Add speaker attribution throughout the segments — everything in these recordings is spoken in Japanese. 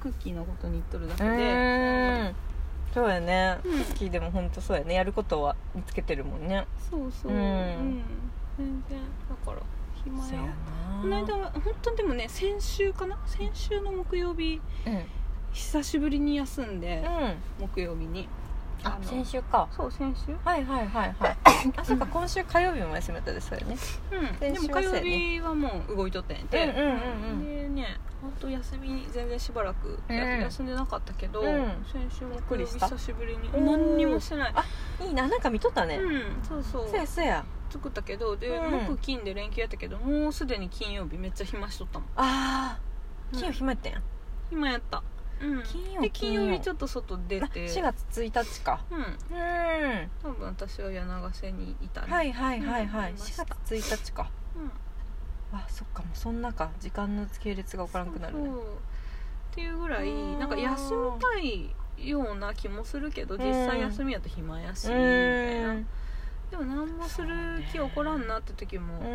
Speaker 1: クッキーのことに言っとるだけ
Speaker 2: う
Speaker 1: で、
Speaker 2: ーんそうやね、
Speaker 1: うん
Speaker 2: クッキーでも本当そうやねやることは見つけてるもんね
Speaker 1: そうそう、
Speaker 2: うん
Speaker 1: 全然だから暇
Speaker 2: そうや
Speaker 1: や
Speaker 2: な
Speaker 1: この間は本当にでもね先週かな先週の木曜日
Speaker 2: うん、
Speaker 1: 久しぶりに休んで、
Speaker 2: うん、
Speaker 1: 木曜日に
Speaker 2: あ
Speaker 1: の
Speaker 2: 先週か
Speaker 1: そう先週
Speaker 2: はいはいはい はいあそうか今週火曜日も休めたでそうや
Speaker 1: う
Speaker 2: ね
Speaker 1: ん
Speaker 2: 先
Speaker 1: でも
Speaker 2: 週は
Speaker 1: 火
Speaker 2: そう
Speaker 1: 曜
Speaker 2: やね
Speaker 1: 日はもう動いとったんやて、
Speaker 2: うんうんうんうん
Speaker 1: でね本当休み全然しばらくや
Speaker 2: うん
Speaker 1: 休んでなかったけど、
Speaker 2: うん
Speaker 1: 先週も木
Speaker 2: びっく
Speaker 1: 曜
Speaker 2: り
Speaker 1: 日
Speaker 2: した
Speaker 1: 久しぶりに
Speaker 2: うん
Speaker 1: 何にもしてない
Speaker 2: あいいななんか見とったね、
Speaker 1: うんそうそう
Speaker 2: そうやそうや
Speaker 1: 作ったけどで、
Speaker 2: うん
Speaker 1: 木金で連休やったけどもうすでに金曜日めっちゃ暇しとったもん
Speaker 2: あー金
Speaker 1: う
Speaker 2: 曜
Speaker 1: ん
Speaker 2: 暇やったんやん、
Speaker 1: 暇やった、うん、
Speaker 2: 金曜
Speaker 1: で金曜
Speaker 2: 金
Speaker 1: 日
Speaker 2: 曜
Speaker 1: ちょっと外出
Speaker 2: あ
Speaker 1: て
Speaker 2: 4月1日か
Speaker 1: うん
Speaker 2: うんは
Speaker 1: 多分私は柳瀬にいたね、
Speaker 2: いはいはいは
Speaker 1: う
Speaker 2: い
Speaker 1: ん
Speaker 2: 4月1日か
Speaker 1: うん、
Speaker 2: あそっかもうそんなか時間の系列が分からんくなるね
Speaker 1: そうそうっていうぐらい
Speaker 2: うん
Speaker 1: なんか休みたいような気もするけど実際休みやと暇やしみたいなでも何もする気起こらんなって時もあるん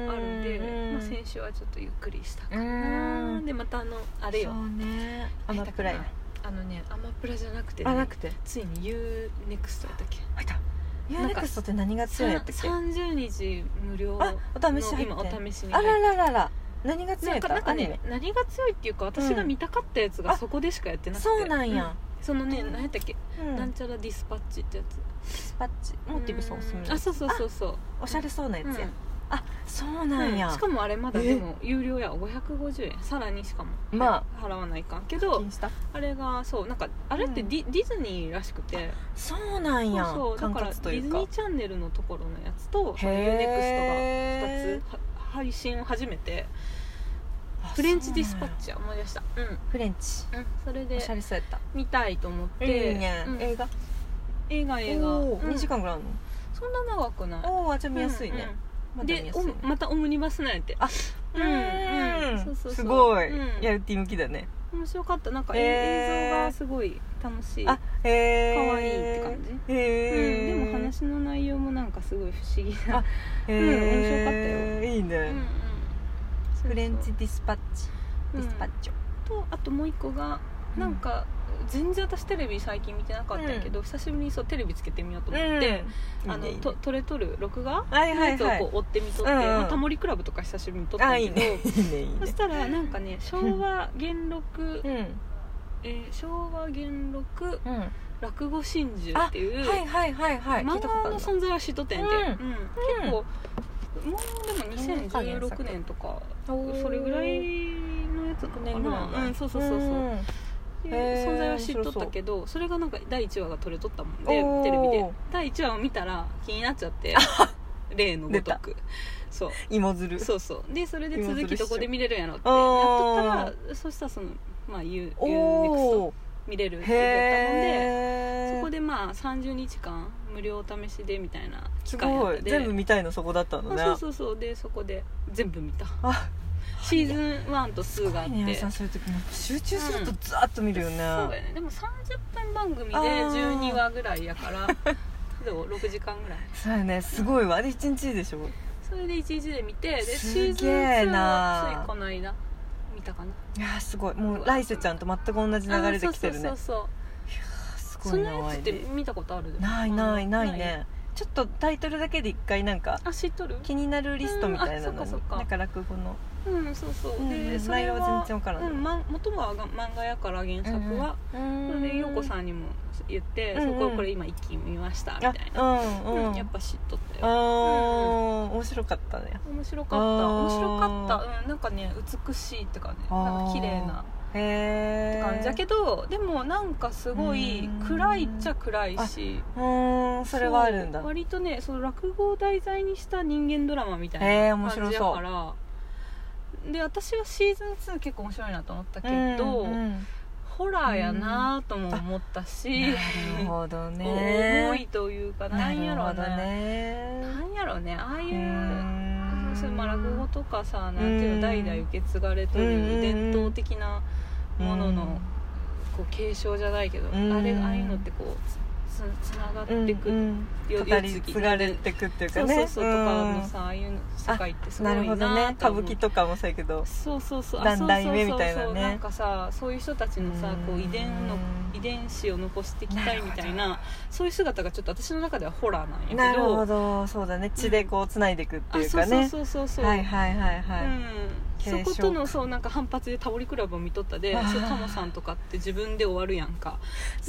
Speaker 1: で、
Speaker 2: うん
Speaker 1: まあ、先週はちょっとゆっくりしたか
Speaker 2: う
Speaker 1: なんでまたあのあ
Speaker 2: あ
Speaker 1: れよ
Speaker 2: そうねアマプラや
Speaker 1: あのねアマプラじゃなくて、ね、
Speaker 2: あなくて
Speaker 1: ついに UNEXT やったっけ
Speaker 2: 入った
Speaker 1: なんか
Speaker 2: UNEXT って何が強いやったっけ
Speaker 1: 30日無料
Speaker 2: あ
Speaker 1: の
Speaker 2: お試し入って
Speaker 1: 今お試しに
Speaker 2: あ
Speaker 1: 入っ
Speaker 2: らららら何が強
Speaker 1: なん
Speaker 2: いやっ
Speaker 1: かなん
Speaker 2: た
Speaker 1: か
Speaker 2: アニ
Speaker 1: ね
Speaker 2: メ
Speaker 1: 何が強いっていうか私が見たかったやつ
Speaker 2: うん
Speaker 1: が
Speaker 2: あ
Speaker 1: そこでしかやってなくて、
Speaker 2: そうなんや
Speaker 1: そのね何やったっけ、
Speaker 2: うん
Speaker 1: なんちゃらディスパッチってやつ
Speaker 2: スパッチモーティブさんおすすめ
Speaker 1: あそうそうそうそう
Speaker 2: おしゃれそうなやつや
Speaker 1: うん
Speaker 2: あそうなん
Speaker 1: う
Speaker 2: や
Speaker 1: しかもあれまだで
Speaker 2: え
Speaker 1: も有料や550円さらにしかも
Speaker 2: ま
Speaker 1: 払わないかんけ
Speaker 2: あ
Speaker 1: ど
Speaker 2: 気にした
Speaker 1: あれがそうなんかあれってディ,、ディズニーらしくて
Speaker 2: そうなんや
Speaker 1: そうそうだ
Speaker 2: 管
Speaker 1: からデ
Speaker 2: 轄とい
Speaker 1: ィズ
Speaker 2: う
Speaker 1: ニー
Speaker 2: か
Speaker 1: チャンネルのところのやつとその UNEXT が2
Speaker 2: へー
Speaker 1: つは配信を始めて
Speaker 2: あ
Speaker 1: フレンチディスパッ
Speaker 2: そう
Speaker 1: チや思い出したうん、うん、
Speaker 2: なんやフレンチ
Speaker 1: それ
Speaker 2: お
Speaker 1: で
Speaker 2: しゃれそうやった
Speaker 1: 見たいと思って
Speaker 2: いいね
Speaker 1: うん
Speaker 2: 映画
Speaker 1: 映画映画、
Speaker 2: お
Speaker 1: うん
Speaker 2: 2時間ぐらいあるの
Speaker 1: そんな長くない
Speaker 2: おおーじゃあ見やすいね、
Speaker 1: うんう
Speaker 2: ま
Speaker 1: ん
Speaker 2: だ見
Speaker 1: で
Speaker 2: やすいね
Speaker 1: おまたオムニバスなんやって
Speaker 2: あ
Speaker 1: うんうんそうそうそう
Speaker 2: すごい、
Speaker 1: うん
Speaker 2: やる気向きだね
Speaker 1: 面白かったなんか、え
Speaker 2: へー
Speaker 1: 映像がすごい楽しい可
Speaker 2: あへえ
Speaker 1: 愛いって感じ、
Speaker 2: じへえ、
Speaker 1: うん、でも話の内容もなんかすごい不思議 な、面白か
Speaker 2: うん
Speaker 1: った
Speaker 2: い
Speaker 1: う
Speaker 2: いね、
Speaker 1: んうん
Speaker 2: フレン
Speaker 1: そ
Speaker 2: チ
Speaker 1: う
Speaker 2: ディスパッチ
Speaker 1: う
Speaker 2: デ
Speaker 1: ん
Speaker 2: ィスパッチョ、
Speaker 1: そうとあともう一個がなんか、全然私テレビ最近見てなかったんやけど、久しぶりにそうテレビつけてみようと思って、あの
Speaker 2: いいね
Speaker 1: と撮れとる録画
Speaker 2: はい
Speaker 1: の
Speaker 2: は
Speaker 1: や
Speaker 2: い
Speaker 1: つを
Speaker 2: はい
Speaker 1: こう追ってみとって、
Speaker 2: うんうん
Speaker 1: まあタモリクラブとか久しぶりに撮ったん
Speaker 2: あ
Speaker 1: や
Speaker 2: い
Speaker 1: け
Speaker 2: い
Speaker 1: ど
Speaker 2: ねいいねいい
Speaker 1: そし
Speaker 2: ね
Speaker 1: たらなんかね昭和元禄、
Speaker 2: うん
Speaker 1: えー昭和元禄
Speaker 2: うん
Speaker 1: 落語真珠っていう、
Speaker 2: はいはいはいはい聞い
Speaker 1: 漫
Speaker 2: たこ
Speaker 1: 画
Speaker 2: とある
Speaker 1: の
Speaker 2: な
Speaker 1: 存在は知っとってんて、
Speaker 2: うん
Speaker 1: うん結構もうでも2016年とか
Speaker 2: おー
Speaker 1: それぐらいのやつなのかな
Speaker 2: 年ぐらい前
Speaker 1: うん、そうそうそうそう、っ
Speaker 2: ん
Speaker 1: ていう
Speaker 2: へー
Speaker 1: 存在は知っとったけどそれがなんか第1話が撮れとったもんで
Speaker 2: おー
Speaker 1: テレビで第1話を見たら気になっちゃ って例のごとくそう
Speaker 2: 芋づる
Speaker 1: そうそうでそれで
Speaker 2: 今
Speaker 1: 続
Speaker 2: する
Speaker 1: き
Speaker 2: っしょ
Speaker 1: どこで見れるんやろってなっと
Speaker 2: おー
Speaker 1: ったらそしたらそのまあ U- U-NEXT
Speaker 2: おお
Speaker 1: 見れるっていうことだったので
Speaker 2: へえ
Speaker 1: そこでまあ30日間無料試しでみたいな期
Speaker 2: す
Speaker 1: 間や
Speaker 2: ご
Speaker 1: った
Speaker 2: い
Speaker 1: で
Speaker 2: 全部見たいのそこだったのね
Speaker 1: あそうそうそうでそこで全部見た
Speaker 2: あ
Speaker 1: シーズン1と2があ
Speaker 2: い
Speaker 1: っ
Speaker 2: い
Speaker 1: て、
Speaker 2: ねさんそういう時も集中するとザーッと見るよね、
Speaker 1: そうやねでも30分番組で
Speaker 2: あー
Speaker 1: 12話ぐらいやから どう6時間ぐらい
Speaker 2: そうやねすごいわあれ一日でしょ
Speaker 1: それで1日で見てですシーズン
Speaker 2: げえ
Speaker 1: 2
Speaker 2: な
Speaker 1: はついこの間見たかない
Speaker 2: やーすごいもう来世ちゃんと全く同じ流れで来てるね
Speaker 1: あーそう
Speaker 2: す
Speaker 1: そうそう
Speaker 2: ご
Speaker 1: そ
Speaker 2: い
Speaker 1: の
Speaker 2: な
Speaker 1: やつって見たことある
Speaker 2: ないないないねちょっとタイトルだけで一回なんか
Speaker 1: あ知っとる
Speaker 2: 気になるリストみたいなの
Speaker 1: うんあ
Speaker 2: に
Speaker 1: そっかそっか
Speaker 2: なんか落語の
Speaker 1: うんそうそう、
Speaker 2: うんう
Speaker 1: で
Speaker 2: ん
Speaker 1: それは
Speaker 2: 内容は全然わからない
Speaker 1: うんまん、元はが漫画やから原作は、それで陽子
Speaker 2: ん
Speaker 1: さんにも言って、
Speaker 2: うんうん
Speaker 1: そこをこれ今一気に見ましたみた
Speaker 2: あ
Speaker 1: いな、
Speaker 2: うんうん、
Speaker 1: うんやっぱ知っとった
Speaker 2: あ
Speaker 1: よ
Speaker 2: ー面白かったね
Speaker 1: 面白かった
Speaker 2: あー
Speaker 1: 面白かった、うん、なんかね美しいってかね
Speaker 2: あー
Speaker 1: なんか綺麗な
Speaker 2: へえ
Speaker 1: 感じだけどでもなんかすごい
Speaker 2: うん
Speaker 1: 暗いっちゃ暗いし
Speaker 2: うーんそれはあるんだ
Speaker 1: そう割とねその落語を題材にした人間ドラマみた
Speaker 2: へ
Speaker 1: いな
Speaker 2: ー面
Speaker 1: 感
Speaker 2: 白そう
Speaker 1: じやから、で私はシーズン2結構面白いなと思ったけど、
Speaker 2: うんうん
Speaker 1: ホラーやなとも思ったし、
Speaker 2: なるほどね
Speaker 1: 重いというかなんやろ
Speaker 2: な
Speaker 1: う
Speaker 2: るほど
Speaker 1: ね
Speaker 2: ね
Speaker 1: なんやろうねああいう
Speaker 2: うーん
Speaker 1: そうまあ落語とかさなんていう
Speaker 2: う
Speaker 1: の
Speaker 2: ん
Speaker 1: 代々受け継がれと
Speaker 2: う
Speaker 1: る
Speaker 2: ん
Speaker 1: 伝統的なもの
Speaker 2: うん
Speaker 1: のこう継承じゃないけど
Speaker 2: うん
Speaker 1: あれああいうのってこうつつながっ
Speaker 2: うん
Speaker 1: てく、
Speaker 2: うん
Speaker 1: よ
Speaker 2: 語り継がれてくっていうかね
Speaker 1: そうそうそうとかのさ、ああいうの世界って
Speaker 2: う
Speaker 1: す
Speaker 2: ん
Speaker 1: ごい
Speaker 2: な
Speaker 1: な
Speaker 2: るほどね歌
Speaker 1: と思
Speaker 2: 舞
Speaker 1: う
Speaker 2: 伎とかもそうやけど
Speaker 1: そうそうそう
Speaker 2: 何代目みたいな
Speaker 1: そうそ
Speaker 2: ね
Speaker 1: うそうなんかさそういう人たちのさこう遺伝の遺伝子を残していきたいみたいなそういう姿がちょっと私の中ではホラーなんやけど
Speaker 2: なるほどそうだね血でこうつないでいくって
Speaker 1: あ
Speaker 2: いう
Speaker 1: そう
Speaker 2: か
Speaker 1: そう
Speaker 2: ね
Speaker 1: そうそうそう、
Speaker 2: はいはいはいはい、
Speaker 1: うん、
Speaker 2: 継
Speaker 1: そ
Speaker 2: 承
Speaker 1: ことのそうなんか反発でタモリクラブを見とったで
Speaker 2: あー
Speaker 1: そうタモさんとかって自分で終わるやんか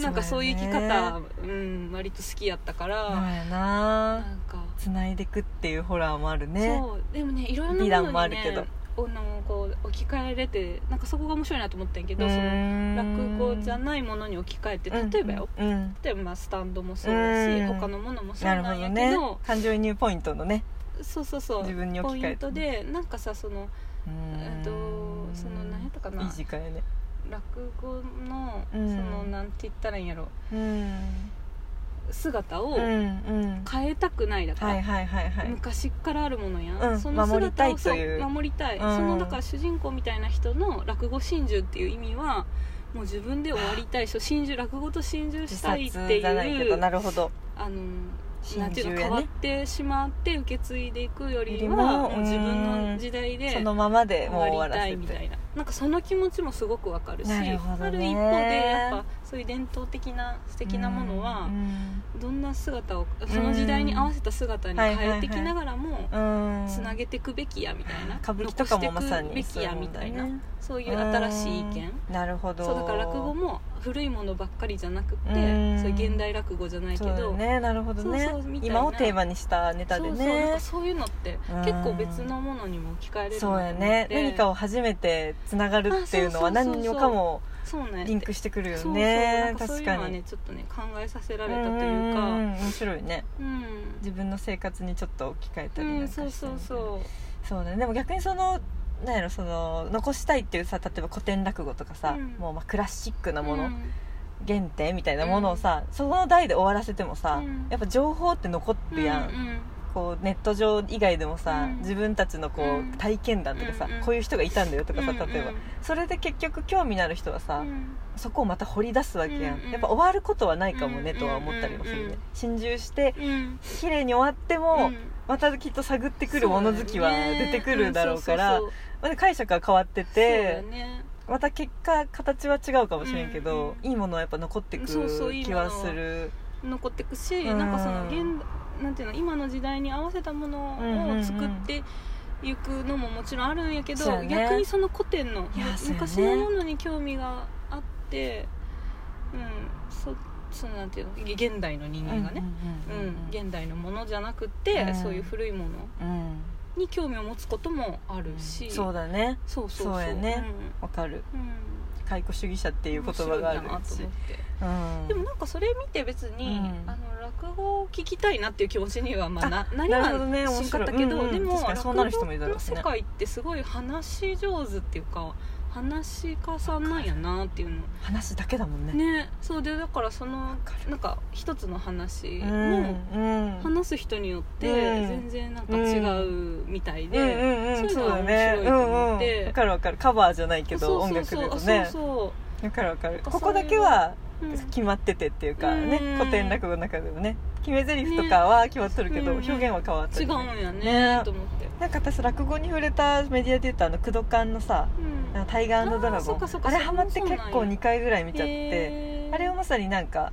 Speaker 1: なんかそういう生き
Speaker 2: そうや
Speaker 1: 方
Speaker 2: ね
Speaker 1: う、ん、割と好きやったから、
Speaker 2: そうや
Speaker 1: な
Speaker 2: なん
Speaker 1: か、
Speaker 2: つないでくっていうホラーもあるね
Speaker 1: そうでもねいろいろなも
Speaker 2: 美
Speaker 1: のに
Speaker 2: 談
Speaker 1: ね
Speaker 2: もあるけど
Speaker 1: あのこう置き換えれてなんかそこが面白いなと思ったんやけど、
Speaker 2: う
Speaker 1: その
Speaker 2: ー
Speaker 1: 落
Speaker 2: ん
Speaker 1: 語じゃないものに置き換えて例えばよ、
Speaker 2: うんうん
Speaker 1: 例えばまあスタンドもそうだし、
Speaker 2: うん
Speaker 1: 他のものもそう
Speaker 2: なる
Speaker 1: な
Speaker 2: ほ
Speaker 1: んや
Speaker 2: ど
Speaker 1: けど
Speaker 2: ね感情移入ポイントのね
Speaker 1: そうそうそう
Speaker 2: 自分に置
Speaker 1: ポ
Speaker 2: き
Speaker 1: イ
Speaker 2: 換え
Speaker 1: ン
Speaker 2: て
Speaker 1: トでなんかさその
Speaker 2: うー
Speaker 1: え
Speaker 2: ん
Speaker 1: っとその何やったかない
Speaker 2: い時間やね
Speaker 1: 落語の、
Speaker 2: うん
Speaker 1: そのなんて言ったらいいんやろ
Speaker 2: うん
Speaker 1: 姿
Speaker 2: う
Speaker 1: を
Speaker 2: んうん
Speaker 1: 変えたくないだから、
Speaker 2: はいはいはいはい
Speaker 1: 昔からあるものやん、
Speaker 2: うん
Speaker 1: その姿をそう
Speaker 2: 守りたいという
Speaker 1: 守りたい、
Speaker 2: うん
Speaker 1: そのだから主人公みたいな人の落語心中っていう意味はもう自分で終わりたいし心中落語と心中
Speaker 2: 自
Speaker 1: した
Speaker 2: 殺
Speaker 1: いって
Speaker 2: じゃないけ
Speaker 1: い
Speaker 2: ど
Speaker 1: う
Speaker 2: なるほど
Speaker 1: あの
Speaker 2: 心
Speaker 1: なんていう
Speaker 2: 中
Speaker 1: の変
Speaker 2: や
Speaker 1: わっ
Speaker 2: ね
Speaker 1: てしまって受け継いでいくよ
Speaker 2: よ
Speaker 1: り
Speaker 2: り
Speaker 1: は
Speaker 2: も
Speaker 1: もう
Speaker 2: うん
Speaker 1: 自分の時代で
Speaker 2: そ
Speaker 1: 終
Speaker 2: のままでもう
Speaker 1: わ
Speaker 2: 終わ
Speaker 1: り
Speaker 2: ら
Speaker 1: た
Speaker 2: せ
Speaker 1: いみた
Speaker 2: て
Speaker 1: いななんかその気持ちもすごくわかるし
Speaker 2: なるほどね
Speaker 1: ある一方でやっぱそういう伝統的な素敵なものは
Speaker 2: うん
Speaker 1: どんな姿をその時代に合わせた姿に変えてきながらも
Speaker 2: うん
Speaker 1: つなげていくべきやみたいな
Speaker 2: 歌舞伎とかもまさに
Speaker 1: 残していくべきや
Speaker 2: そう
Speaker 1: み
Speaker 2: んだ
Speaker 1: た
Speaker 2: ね
Speaker 1: いなそういう新しい意見
Speaker 2: うんなるほど
Speaker 1: そうだから落語も古いものばっかりじゃなくて
Speaker 2: うん
Speaker 1: そういう現代落語じゃないけ
Speaker 2: そうだ
Speaker 1: ど
Speaker 2: ねなるほどね
Speaker 1: そうそうみたいな
Speaker 2: 今をテーマにしたネタで
Speaker 1: そうそうなん
Speaker 2: ね
Speaker 1: かそういうのって
Speaker 2: うん
Speaker 1: 結構別のものにも置き換えれる
Speaker 2: そうやね何か
Speaker 1: を
Speaker 2: を初めてつながるってい
Speaker 1: あそうそ
Speaker 2: うのは
Speaker 1: うそうそう
Speaker 2: 何にもかも
Speaker 1: そうね
Speaker 2: リンクしてくる
Speaker 1: そうそ
Speaker 2: よ
Speaker 1: うな
Speaker 2: ね
Speaker 1: んかそうい
Speaker 2: 確
Speaker 1: うの
Speaker 2: か
Speaker 1: は
Speaker 2: に
Speaker 1: ねちょっとね考えさせられたというか
Speaker 2: んんん面白いね
Speaker 1: うん、
Speaker 2: 自分の生活にちょっと置き換えたり
Speaker 1: う、
Speaker 2: なんんかして
Speaker 1: そうそうそう
Speaker 2: そうだねでも逆にそのなんやろその残したいっていうさ例えば古典落語とかさ、
Speaker 1: うん
Speaker 2: もうまあクラシックなもの、
Speaker 1: うん
Speaker 2: 原点みたいなものをさ、その代で終わらせてもさ、
Speaker 1: うん
Speaker 2: やっぱ情報って残るやん、
Speaker 1: うん
Speaker 2: こうネット上以外でもさ、
Speaker 1: うん
Speaker 2: 自分たちのこう、
Speaker 1: うん
Speaker 2: 体験談とかさ、
Speaker 1: うんうん
Speaker 2: こういう人がいたんだよとかさ
Speaker 1: うん
Speaker 2: 例
Speaker 1: う
Speaker 2: え
Speaker 1: ん
Speaker 2: ば、それで結局興味のある人はさ、
Speaker 1: うん
Speaker 2: そこをまた掘り出すわけやん、
Speaker 1: うんうん
Speaker 2: やっぱ終わることはないかもね、とは思ったりもするね、
Speaker 1: うんうんうん
Speaker 2: 心中して
Speaker 1: うん
Speaker 2: 綺麗に終わって
Speaker 1: う
Speaker 2: も、
Speaker 1: ん
Speaker 2: またきっと探ってくるもの好きは出てくるだろうから、
Speaker 1: そう
Speaker 2: まあ解釈は変わって
Speaker 1: だ
Speaker 2: て、
Speaker 1: ね
Speaker 2: また結果形は違うかもしれんけど、
Speaker 1: うんう
Speaker 2: いいものはやっぱ残ってく
Speaker 1: そうそういい
Speaker 2: 気
Speaker 1: ものは
Speaker 2: はする
Speaker 1: 残ってくし、
Speaker 2: うん
Speaker 1: なんかその現なんていうの今の時代に合わせたものを作っていくのももちろんあるんやけど、
Speaker 2: そうやね
Speaker 1: 逆にその古典の
Speaker 2: いやそうやね
Speaker 1: 昔のものに興味があって、うん、そそのなんていうの現代の人間がね、うん現代のものじゃなくて、
Speaker 2: うん
Speaker 1: そういう古いもの
Speaker 2: うん
Speaker 1: に興味を持つこともあるし、
Speaker 2: そうだね
Speaker 1: そうそうそう
Speaker 2: そうやねわかる
Speaker 1: うんうん
Speaker 2: 解雇主義者っていう言葉がある
Speaker 1: 面白いなと
Speaker 2: し
Speaker 1: 思って。
Speaker 2: うん
Speaker 1: でもなんかそれ見て別に、
Speaker 2: うん
Speaker 1: あの落語を聞きたいなっていう気持ちにはまあななり
Speaker 2: なるほどね
Speaker 1: はしなかったけど
Speaker 2: 面白いうんうん
Speaker 1: でも
Speaker 2: 確かにそうなる人もいるだ
Speaker 1: 落
Speaker 2: ろ
Speaker 1: 語
Speaker 2: う
Speaker 1: の
Speaker 2: し
Speaker 1: 世
Speaker 2: ね
Speaker 1: 界ってすごい話し上手っていうか話し家さんなんやなっていうの
Speaker 2: 話だけだもんね
Speaker 1: ねそうでだからその
Speaker 2: かる
Speaker 1: なんか一つの話
Speaker 2: うん
Speaker 1: も
Speaker 2: うん
Speaker 1: 話す人によって
Speaker 2: うん
Speaker 1: 全然なんか違うみたいで、
Speaker 2: うんうんうん
Speaker 1: そ
Speaker 2: そ
Speaker 1: いうの
Speaker 2: うう
Speaker 1: は
Speaker 2: だ
Speaker 1: 面
Speaker 2: ね
Speaker 1: 白いうと
Speaker 2: ん
Speaker 1: 思
Speaker 2: う
Speaker 1: っ
Speaker 2: ん
Speaker 1: て
Speaker 2: わ、かるわかるカバーじゃないけど音楽で言うとね
Speaker 1: そうそう
Speaker 2: わかるわかる
Speaker 1: なんかそう
Speaker 2: ここだけは
Speaker 1: そうそう、
Speaker 2: 決まっててっていうかね
Speaker 1: うん
Speaker 2: 古典落語の中でもね決め台詞とかは決まっとるけど
Speaker 1: うん
Speaker 2: 表現は変わっ
Speaker 1: う
Speaker 2: て
Speaker 1: ん、違
Speaker 2: る
Speaker 1: うんやね
Speaker 2: ね
Speaker 1: と思って。
Speaker 2: なんか私落語に触れたメディアで言うとあの工藤館のさ
Speaker 1: うん
Speaker 2: あのタイガードラ
Speaker 1: あーそ
Speaker 2: ゴ
Speaker 1: っかそっ
Speaker 2: ン
Speaker 1: か
Speaker 2: あれハマって
Speaker 1: そう
Speaker 2: 結
Speaker 1: なんや
Speaker 2: 構2回ぐらい見ちゃって
Speaker 1: へー
Speaker 2: あれをまさになんか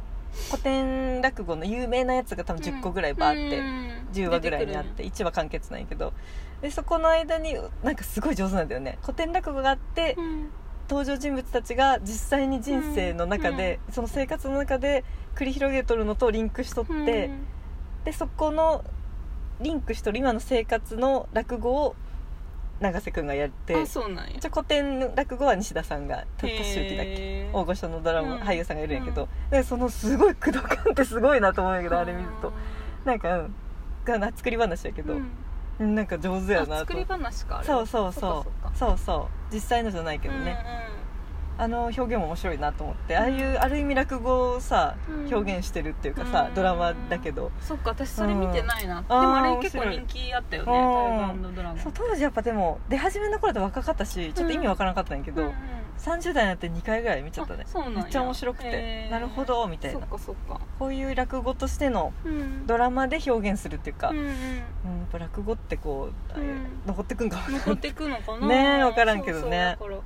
Speaker 2: 古典落語の有名なやつが多分10個ぐらいバーって10話ぐらいにあって1話完結なんやけどでそこの間になんかすごい上手なんだよね古典落語があって
Speaker 1: うん
Speaker 2: 登場人物たちが実際に人生の中でその生活の中で繰り広げとるのとリンクしとっ
Speaker 1: うん
Speaker 2: てでそこのリンクしとる今の生活の落語を永瀬くんがやって
Speaker 1: あそうなんや
Speaker 2: 一応古典の落語は西田さんがた田周記だっけ
Speaker 1: け
Speaker 2: 大御所のドラマ、
Speaker 1: うん
Speaker 2: 俳優さんがいるんやけ
Speaker 1: う
Speaker 2: ど、でそのすごい工藤感ってすごいなと思うんやけどあれ見るとなんかうんがな作り話やけど、なんか上手やな
Speaker 1: 作
Speaker 2: と
Speaker 1: り話かあれ
Speaker 2: そうそう
Speaker 1: っ
Speaker 2: そ
Speaker 1: かっ
Speaker 2: う
Speaker 1: か
Speaker 2: そうそう実際のじゃないけどね、あの表現も面白いなと思ってああいうある意味落語をさ
Speaker 1: うん
Speaker 2: 表現してるっていうかさ、
Speaker 1: うん
Speaker 2: ドラマだけど
Speaker 1: うんそっか私それ見てないなで
Speaker 2: あー
Speaker 1: もあれ結構
Speaker 2: 面白
Speaker 1: 人
Speaker 2: い
Speaker 1: 気あったよね
Speaker 2: うん
Speaker 1: タイガードラマ
Speaker 2: そう当時やっぱでも出始めの頃と若かったしちょっと意味わからなかったんやけど、
Speaker 1: うんうん
Speaker 2: 30代になって2回ぐらい見ちゃったね
Speaker 1: あそうなんや
Speaker 2: めっちゃ面白くて、
Speaker 1: へー
Speaker 2: なるほどみたい
Speaker 1: そ
Speaker 2: な
Speaker 1: っかそっか
Speaker 2: こういう落語としての
Speaker 1: うん
Speaker 2: ドラマで表現するっていうか、
Speaker 1: う
Speaker 2: うん
Speaker 1: ん
Speaker 2: やっぱ落語ってこう、あ
Speaker 1: う
Speaker 2: れ
Speaker 1: ん
Speaker 2: 残ってくんか
Speaker 1: うん、残ってくのかな
Speaker 2: ねえわからんけどね
Speaker 1: そうそうだか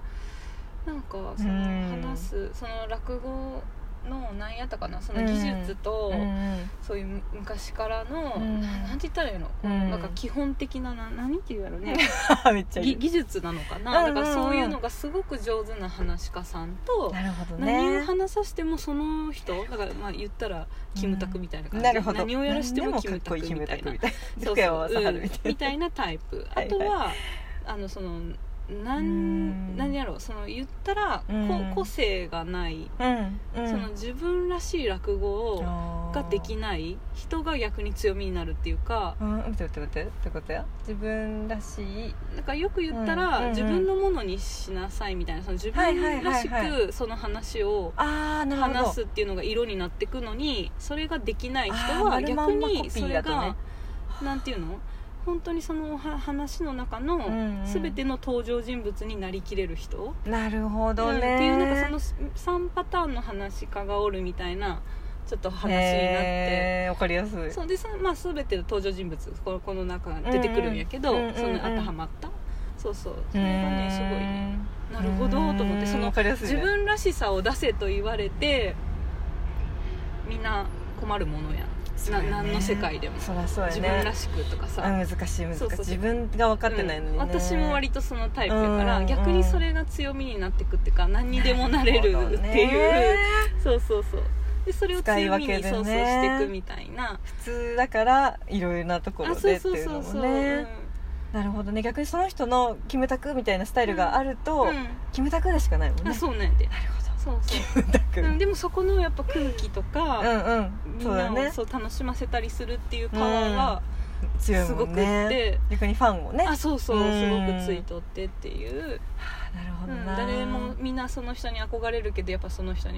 Speaker 1: らなんかそ
Speaker 2: うん
Speaker 1: の話すその落語の何やったかなその技術と、
Speaker 2: うんうん
Speaker 1: そういう昔からの、
Speaker 2: うん
Speaker 1: ななんて言ったらいいの、
Speaker 2: うん
Speaker 1: なんか基本的なな何って言うやろね
Speaker 2: めっちゃい
Speaker 1: ぎ
Speaker 2: い
Speaker 1: 技術なのかな、
Speaker 2: うんうんうん
Speaker 1: だからそういうのがすごく上手な話し家さんと、
Speaker 2: なるほど
Speaker 1: 何を
Speaker 2: ね
Speaker 1: 話させてもその人だからまあ言ったらキムタクみたいな感じ、
Speaker 2: なるほど
Speaker 1: 何をやらしても
Speaker 2: 何
Speaker 1: キ
Speaker 2: で
Speaker 1: ム
Speaker 2: も
Speaker 1: タク
Speaker 2: かっこいいキ
Speaker 1: み
Speaker 2: ム
Speaker 1: た
Speaker 2: タ
Speaker 1: い
Speaker 2: ク
Speaker 1: な
Speaker 2: みたいな
Speaker 1: そう
Speaker 2: 福山
Speaker 1: そう、う
Speaker 2: 雅治
Speaker 1: ん
Speaker 2: みたい
Speaker 1: みたいなタイプ
Speaker 2: はいはい
Speaker 1: あとはあのそのな
Speaker 2: うん
Speaker 1: ん何やろうその言ったらこ
Speaker 2: うん
Speaker 1: 個性がない、
Speaker 2: なうんうん
Speaker 1: その自分らしい落語をができ
Speaker 2: い
Speaker 1: ない人が逆に強みになるっていうか
Speaker 2: うん待って待って待ってってことや自分らしい
Speaker 1: なんかよく言った
Speaker 2: うんうん
Speaker 1: ら
Speaker 2: うん
Speaker 1: 自分のものにしなさいみたいなその自
Speaker 2: はいはい
Speaker 1: 分
Speaker 2: はいは
Speaker 1: ら
Speaker 2: い
Speaker 1: しくその話を
Speaker 2: ああなる
Speaker 1: 話
Speaker 2: ほ
Speaker 1: す
Speaker 2: ど
Speaker 1: っていうのが色になってくのにそれができない人
Speaker 2: あ
Speaker 1: は
Speaker 2: ー丸ま
Speaker 1: 逆
Speaker 2: んまコ
Speaker 1: に
Speaker 2: ピ
Speaker 1: そ
Speaker 2: ー
Speaker 1: れ
Speaker 2: だとね
Speaker 1: がなんていうの本当にそのおは話の中の
Speaker 2: んうん
Speaker 1: 全ての登場人物になりきれる人、
Speaker 2: なるほ
Speaker 1: うん
Speaker 2: どね、
Speaker 1: っていうなんかそのす3パターンの話家がおるみたいなちょっと話になって。
Speaker 2: へーわかりやすい
Speaker 1: そうでそのまあ、全ての登場人物このこの中に出てくるんやけど、
Speaker 2: うんうん
Speaker 1: その
Speaker 2: うんうん
Speaker 1: 当てはまったそうそうそれがねすごいね
Speaker 2: うーん
Speaker 1: なるほどと思ってその
Speaker 2: わかりやすいね
Speaker 1: 自分らしさを出せと言われてみんな困るものや
Speaker 2: そうや
Speaker 1: な
Speaker 2: ね
Speaker 1: 何の世界でも、
Speaker 2: そりゃそうやね
Speaker 1: 自分らしくとかさ、
Speaker 2: あ難しい難しい
Speaker 1: そうそう
Speaker 2: 自分が分かってないのに、ね
Speaker 1: うん私も割とそのタイプやから、
Speaker 2: うん
Speaker 1: 逆にそれが強みになってくっていうか何にでもなれる
Speaker 2: なほど
Speaker 1: っていう、
Speaker 2: ね
Speaker 1: そうそうそうでそれを
Speaker 2: 使い
Speaker 1: 強み
Speaker 2: 分
Speaker 1: に、
Speaker 2: けでね
Speaker 1: そうそうしていくみたいな
Speaker 2: 普通だからいろいろなところ
Speaker 1: あそう
Speaker 2: でって
Speaker 1: そう
Speaker 2: いう
Speaker 1: そ
Speaker 2: の
Speaker 1: うそ
Speaker 2: も
Speaker 1: う、
Speaker 2: ねなるほどね逆にその人のキムタクみたいなスタイルがあると、
Speaker 1: うん
Speaker 2: キムタクでしかないもん
Speaker 1: うん、
Speaker 2: ね
Speaker 1: あそうなんやで
Speaker 2: なるほど
Speaker 1: そうそう
Speaker 2: キムタクう
Speaker 1: うん
Speaker 2: ん
Speaker 1: でもそこのやっぱ空気とか、
Speaker 2: うん
Speaker 1: み
Speaker 2: そ
Speaker 1: ん
Speaker 2: うだ
Speaker 1: なを
Speaker 2: ね
Speaker 1: そう楽しませたりするっていうパワーが
Speaker 2: 強い
Speaker 1: す
Speaker 2: も
Speaker 1: ご
Speaker 2: ん
Speaker 1: くって、
Speaker 2: ね逆にファンをね
Speaker 1: あそうそう、
Speaker 2: うん
Speaker 1: すごくついとってっていう、
Speaker 2: あなるほ
Speaker 1: う
Speaker 2: ど
Speaker 1: ん
Speaker 2: な、
Speaker 1: 誰もみんなその人に憧れるけどやっぱその人に